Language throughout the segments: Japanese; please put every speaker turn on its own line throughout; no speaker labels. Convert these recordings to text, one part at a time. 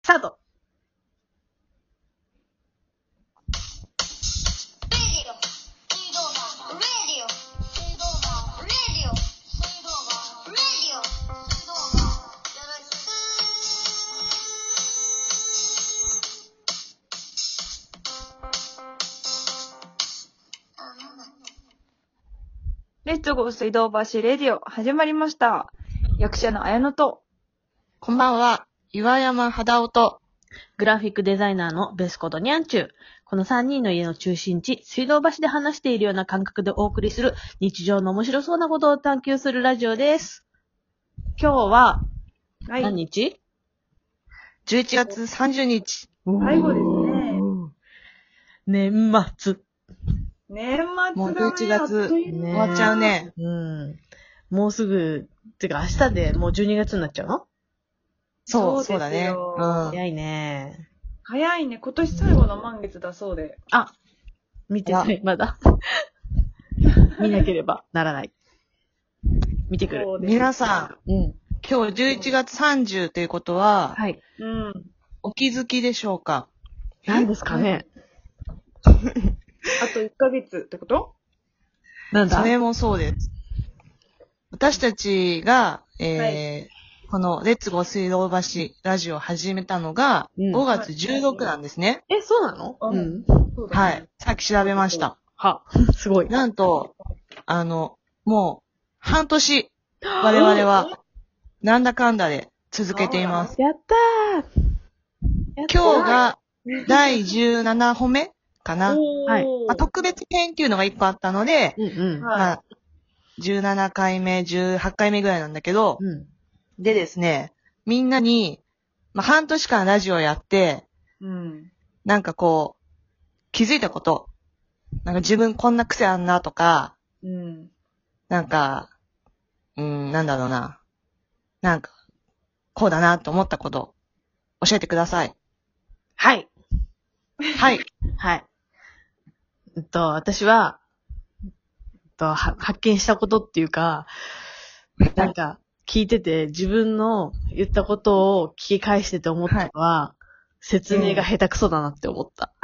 タート。
レッツゴー水道橋レディオ始まりました。役者の綾乃と、
こんばんは。岩山肌音。
グラフィックデザイナーのベスコとニャンチュー。この3人の家の中心地、水道橋で話しているような感覚でお送りする日常の面白そうなことを探求するラジオです。今日は
は
何
い。
日、
11月30日。
最後ですね。
年末。
年末が、ね、
もう11
あっと
月
いう間
終わっちゃうね。
うん。もうすぐ、てか明日でもう12月になっちゃうの
そ
そ
う、そう
で
うだ
す
ね。
よ
うん。
早いね。
早いね。今年最後の満月だそうで。
見てない、ま だ。見なければならない。見てくる。
そうです
皆さん、
うん。
今日11月30ということは、
はい。
うん。
お気づきでしょうか
何ですかね
あと1ヶ月ってこと
なんだ
それもそうです。私たちが、えー
は
この、レッツゴー水道橋ラジオを始めたのが、
うん
5月16なんですね。
え、そうなの
うん
ん。
そうだね
はい。。さっき調べました。
は、 すごい。
なんと、あの、もう、半年、我々は、なんだかんだで続けています。
やったー
今日が、第17歩目かな。
おー
はい
まあ、特別編っていうのが1個あったので、
うんうん。
はい
まあ、17回目、18回目ぐらいなんだけど、
うん。
でですね、みんなに、まあ、半年間ラジオやって、
うん。
なんかこう、気づいたこと、なんか自分こんな癖あんなとか、
うん。
なんか、うん、なんだろうな。なんか、こうだなと思ったこと、教えてください。
はい。
はい。
はい。えっと、私は、えっと、は発見したことっていうか、なんか、聞いてて、自分の言ったことを聞き返してて思ったのは、説明が下手くそだなって思った。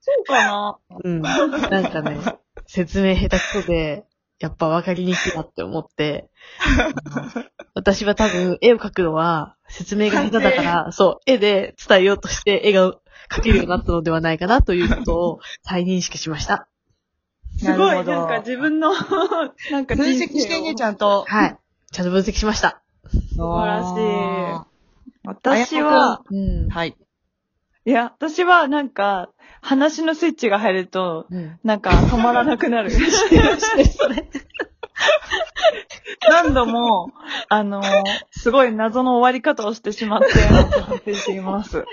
そうかな
うん。なんかね、説明下手くそで、やっぱ分かりにくいなって思って、あの私は多分絵を描くのは説明が下手だから、そう、絵で伝えようとして絵が描けるようになったのではないかなということを再認識しました。
すごい、なんか自分の、 なんか
分析してね、ちゃんと。
はい。ちゃんと分析しました。
素
晴らしい
私は、
うん。
はい。
いや、私はなんか、話のスイッチが入ると、
うん。
なんか止まらなくな る。
それ。
何度も、あのーすごい謎の終わり方をしてしまって、反省しています。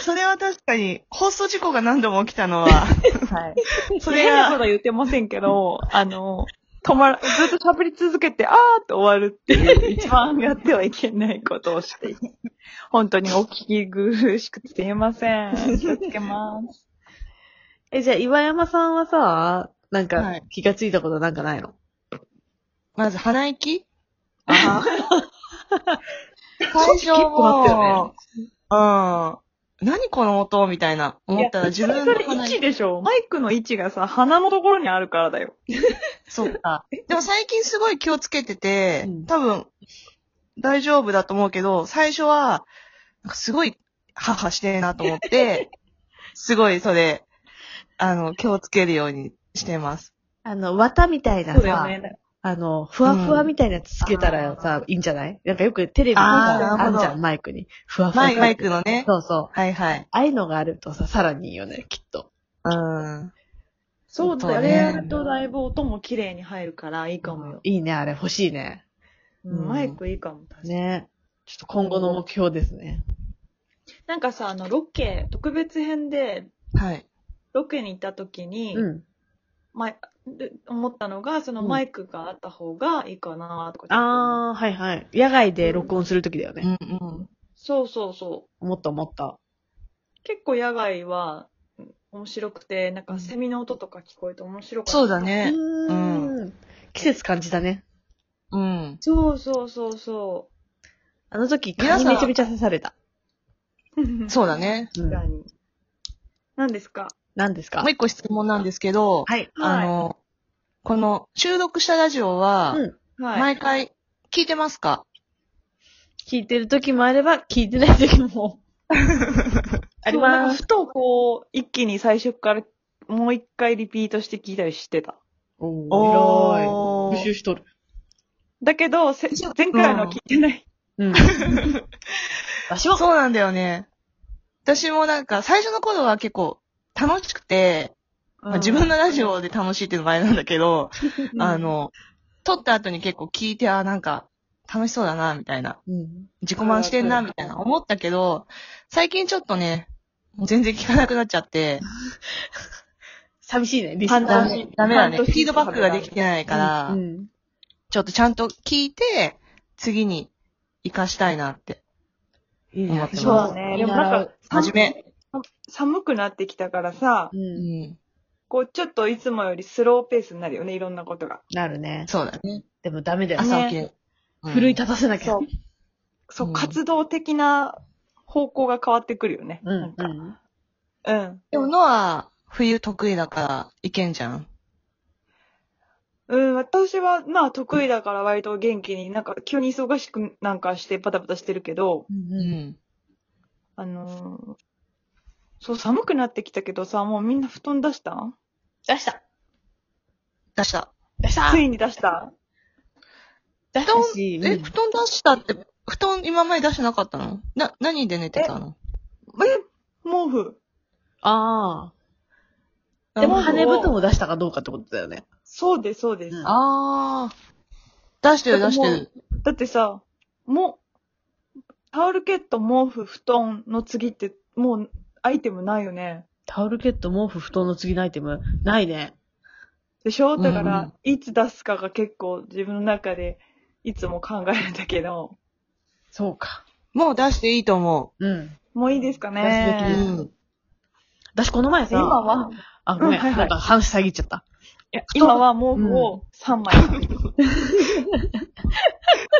それは確かに、放送事故が何度も起きたのは、
はい。そ
れ
れ
が
変なことは言ってませんけど、あのー止まら、ずっと喋り続けて、あーって終わるっていう、一番やってはいけないことをしていて、本当にお聞き苦しくてすいません。気をつけます。
え、じゃあ岩山さんはさ、なん
は
か
い
気がついたことなんかないの、
まず鼻息
あ
最初
構あったよ
もう、うん。何この音みたいな。思ったら自分
そ
の
れ位
鼻
置
息。
でしょマイクの位置がさ、鼻のところにあるからだよ。
そう か。でも最近すごい気をつけてて
うん、
多分、大丈夫だと思うけど、最初は、なんかすごい、ハハしてるなと 思って、すごいそれ、あの、気をつけるようにしてます。
あの、綿みたいなさ、
そうだよね。
あの、ふわふわみたいなやつつけたらさ、いいんじゃないなんかよくテレビに
あー
あんじ
なる
ゃ
ほ
ん、マイクに。ふわふわ。
マイマイクのね。
そうそう。
はいはい。
ああいうのがあるとさ、さらにいいよね、きっと。
うん。
そう
そ
だ
う
よ
ね
ね。あれやるとだいぶ音も綺麗に入るからいいかもよ。
いいね、あれ欲しいね。
うんマイクいいかも。確かに
ね。ちょっと今後の目標ですね。
なんかさ、あの、ロケ、特別編で、
はい。
ロケに行った時に、
うん。
まあ、で思ったのが、その
うん
マイクがあった方がいいかなとか、
あー、はいはい。野外で録音するときだよ
う
ね。
んうん。
そうそうそ
思った思った。
う。結構野外はうん面白くて、なんかセミの音とか聞こえて面白かった。
そうだ
う
ね。
ーん。季節感じだね。
うん。
そうそうそうそう。
あの時、蚊
皆さ
に
ん
めちゃめちゃ刺された。
そうだね。
う
確か
ん。
に。何ですか
何ですか
もう一個質問なんですけど、
はい。
あの、この収録したラジオは、
うん。
はい。
毎回聞いてますか、
聞いてる時もあれば、聞いてない時 もあり
そうなん
ま
か
す。
ふとこう、一気に最初からもう一回リピートして聞いたりしてた。
おー、偉い。
おー
復習しとる。
だけど、せ前回のは聞いてない。
うん。わしは、
そうなんだよね。私もなんか、最初の頃は結構楽しくて、まあ自分のラジオで楽しいっていうのもあれなんだけど、
うん
あ、の、撮った後に結構聞いて、あ、なんか、楽しそうだな、みたいな。
うん。
自己満してんな、みたいな思ったけど、最近ちょっとね、もう全然聞かなくなっちゃって、
寂しいね、リ
判
ダ
断
に
メダメだね。
半
フ
年
ィードバックができてないから、
うん。
ちょっとちゃんと聞いて、次に活かしたいなって。
い
や
そうだね。でもなんか、
はじめ。
寒くなってきたからさ、
う。
うんん。
こう、ちょっといつもよりスローペースになるよね、いろんなことが。
なるね。
そうだね。
でもダメだよ。
朝起きる。うん
奮い立たせなきゃ
そ。う。そう、
うん
活動的な方向が変わってくるよね。
うん
なん
う
か
ん。
うん。
でも、のは、冬得意だから、いけんじゃん。
うん、私は、まあ、得意だから割と元気に、なんか、急に忙しくなんかして、バタバタしてるけど、
う
うん
ん。
あのーそう、寒くなってきたけどさ、もうみんな布団出したん
出した
出した。
出した
ついに出した
出したし、
え、
うん
布団出したって、布団今まで出してなかったのな、何で寝てたの
え、毛布。
ああ。でも、
あ
羽布団を出したかどうかってことだよね。
そうです、そうです。
うん
あー。出してる、出してる。
だってさ、もう、タオルケット、毛布、布団の次って、もう、アイテムないよね。
タオルケット、毛布、布団の次のアイテム、ないね。
でしょだか
うんう
ら、いつ出すかが結構自分の中でいつも考えるんだけど、
そうか。
もう出していいと思
うん。
もういいですか
う。
出すべきです
ね。
うん。
私、この前
今
さ、
は、
あ、ごめ
うん
ん、
はいはい
なんか話遮っちゃった。
いや今は毛布を3枚。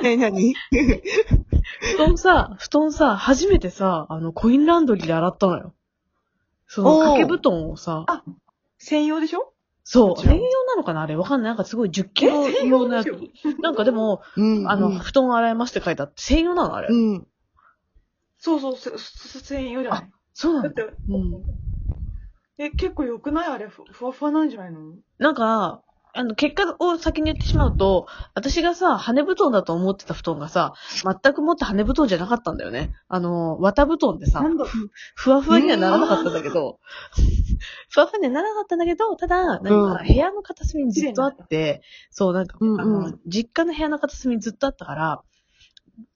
え、何
布団さ、布団さ、初めてさ、あの、コインランドリーで洗ったのよ。その、
おー
掛け布団をさ、
専用でしょ
そ
も
う、
ちろん
専用なのかなあれ、わかんない。なんかすごい10キロ用のやつ。なんかでも、
うん。
あの、
うん
布団洗いますって書いてあって、専用なのあれ。
うん。
そうそう、せせ専用じゃない
そうな
だ
の
って、
うん。
え、結構良くないあれ、ふふわふわなんじゃないの
なんか、あの、結果を先に言ってしまうと、私がさ、羽布団だと思ってた布団がさ、全くもって羽布団じゃなかったんだよね。あの、綿布団でさ
な、んだ
ふわふわにはならなかったんだけど、ふわふわにはならなかったんだけど、ただ、なんか
うん
部屋の片隅にずっとあって、そう、なんか、
うん
あ
う
の、実家の部屋の片隅にずっとあったから、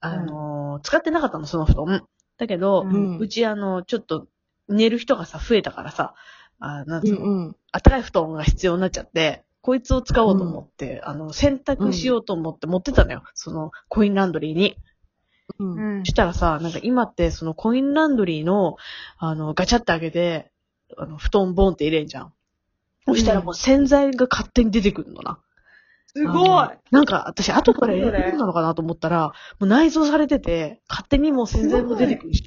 あの、使ってなかったの、その布団。だけど、
う
うんん。
うち、あの、ちょっと、寝る人がさ、増えたからさ、あなんつう
う
の
ん。うん。
暖かい布団が必要になっちゃって、こいつを使おうと思って、あの、洗濯しようと思って持ってたのよ。その、コインランドリーに。
うん。
ん
そしたらさ、なんか今って、そのコインランドリーの、あの、ガチャって開けて、あの、布団ボンって入れんじゃん。そしたらもう洗剤が勝手に出てくるのな。
すごい
あのなんか私後から入れてるのかなと思ったら、もう内蔵されてて、勝手にもう洗剤も出てくるし、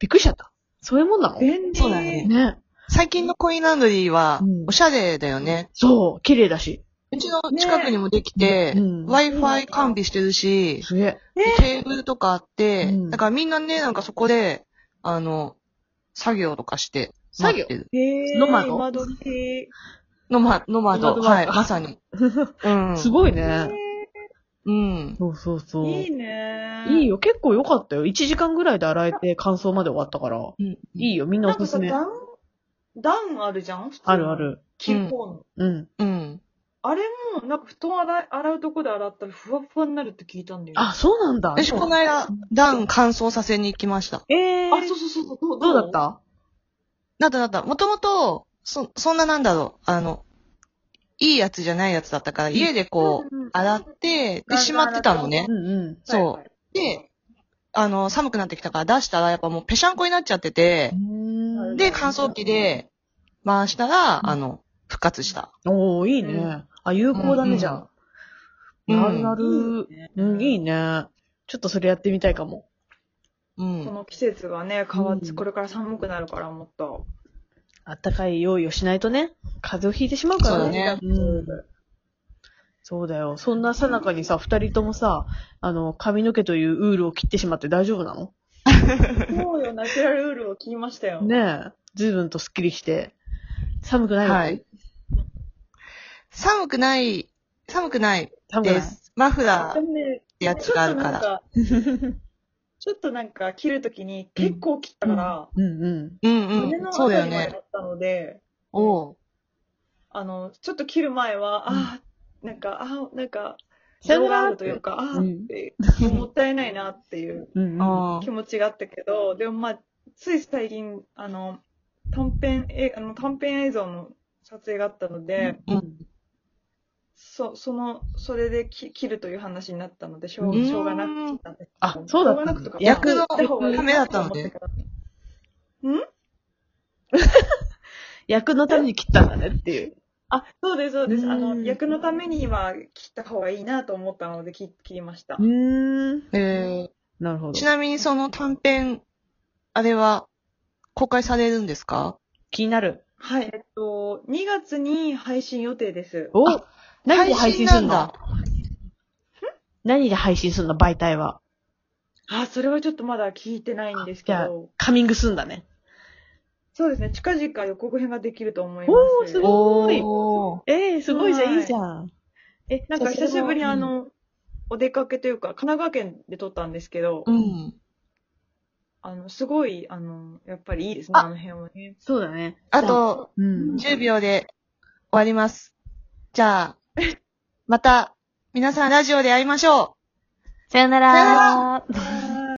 びっくりしちゃった。そういうもんなのね。
便利。
そうだね最近のコインランドリーは
うん、
おしゃれだよね。
そう、綺麗だし。
うちの近くにもできて、
ねうん
Wi-Fi 完備してるし、
すげえ。
テーブルとかあって、
うん
だからみんなね、なんかそこで、あの、作業とかして、
作業
待ってる
へー
ノマド
今時。
ノマ、ノマ
ノ
ド。
マドワ
は
ー
い、
カー
まさ に。うん。
すごいね。
うん。
そうそうそう。
いい
い
ね。
いよ、結構良かったよ。1時間ぐらいで洗えて乾燥まで終わったから。
うん。
いいよ、みんな
な
お
んか
す
さ、
すめ。
ダ
あ
ウン、ダウンあるじゃん
るあ。る。
普通のキーホーン。
うん。
うん。
あれも、なんか布団洗い洗うとこで洗ったらふわふわになるって聞いたんだよね。
あ、そうなんだ。
私、この間、ダウン乾燥させに行きました。
えー、
あ、そうそうそうそう。どう
どうだった
なったなった。もともと、そ、そんななんだろう。あの、いいやつじゃないやつだったから、家でこう、
う。
洗って、で、しまってたのね
う。んうん。
そうで、あの、寒くなってきたから出したら、やっぱもうぺしゃんこになっちゃってて、
うーん
で、乾燥機で回したら、あの、復活した。
おー、いいね。
う
あ、有効だ
うんう
ね、
ん
じゃあ。
うん
なるなる。うん、いいね。ちょっとそれやってみたいかも。
う
こ
ん。
の季節がね、変わって、
うん
これから寒くなるからもっと。
あったかい用意をしないとね、風邪をひいてしまうから
そうだね
うん。そうだよ。そんなさなかにさ、二人ともさ、あの、髪の毛というウールを切ってしまって大丈夫なの
そうよ、ナチュラルウールを聞きましたよ。
ねえ。随分とスッキリして、寒くないのか、
はい。寒くない、寒くない
寒くな
で
い。
す。マフラ
で
ーっ
もね
てやつがあるか
ち
ら。
ょっとなんかちょっとなんか切るときに結構切ったから、
うんうん。
うん
胸
う
の
ん。
あ
そう
た
だよ
りまで
ね
だ。ったので、
おう。
あの、ちょっと切る前は、ああ、なんか、ああ、なんか、
さよ
情
なら
があるというか、ああ
う
ー
ん
って、もったいないなっていう
うんうん。
あ
気持ちがあったけど、でもまあ、つい最近、あの、短編、え、あの、短編映像の撮影があったので、
うん
そ、その、それでき切るという話になったので、しょう
うん
しょうがなく切ったんですけど
あそうだっ
しょ
た
うがなくとか。
役の
ためだったのね。
役のために切ったんだねっていう。
あ、そうです、そうです。あ
う
の、
ん
役のためには切った方がいいなと思ったので、切切りました。
うーん。
え
なるほ
ー、
ど
ち。なみにその短編、あれは、公開されるんですか
気になる。
はい、えっと、2月に配信予定です。
お
あ
何で配信する
配信なん
の何で配信するの媒体は。
あ、それはちょっとまだ聞いてないんですけ
じゃあ
ど、
カミングすんだね。
そうですね、近々予告編ができると思います。
おーすごい
おー。
ええすごいじゃ
は
ん、
い
いいじゃん。え、
なんか久
じゃあそれ
し
も
ぶりにあ
うん
の、お出かけというか、神奈川県で撮ったんですけど、
うん。
あの、すごい、あの、やっぱりいいですね、
あ
あの辺はね。
そうだね。
あと、
うん。
10秒で終わります。じゃあ、 また、皆さんラジオで会いましょう
さよな
さよ
ら。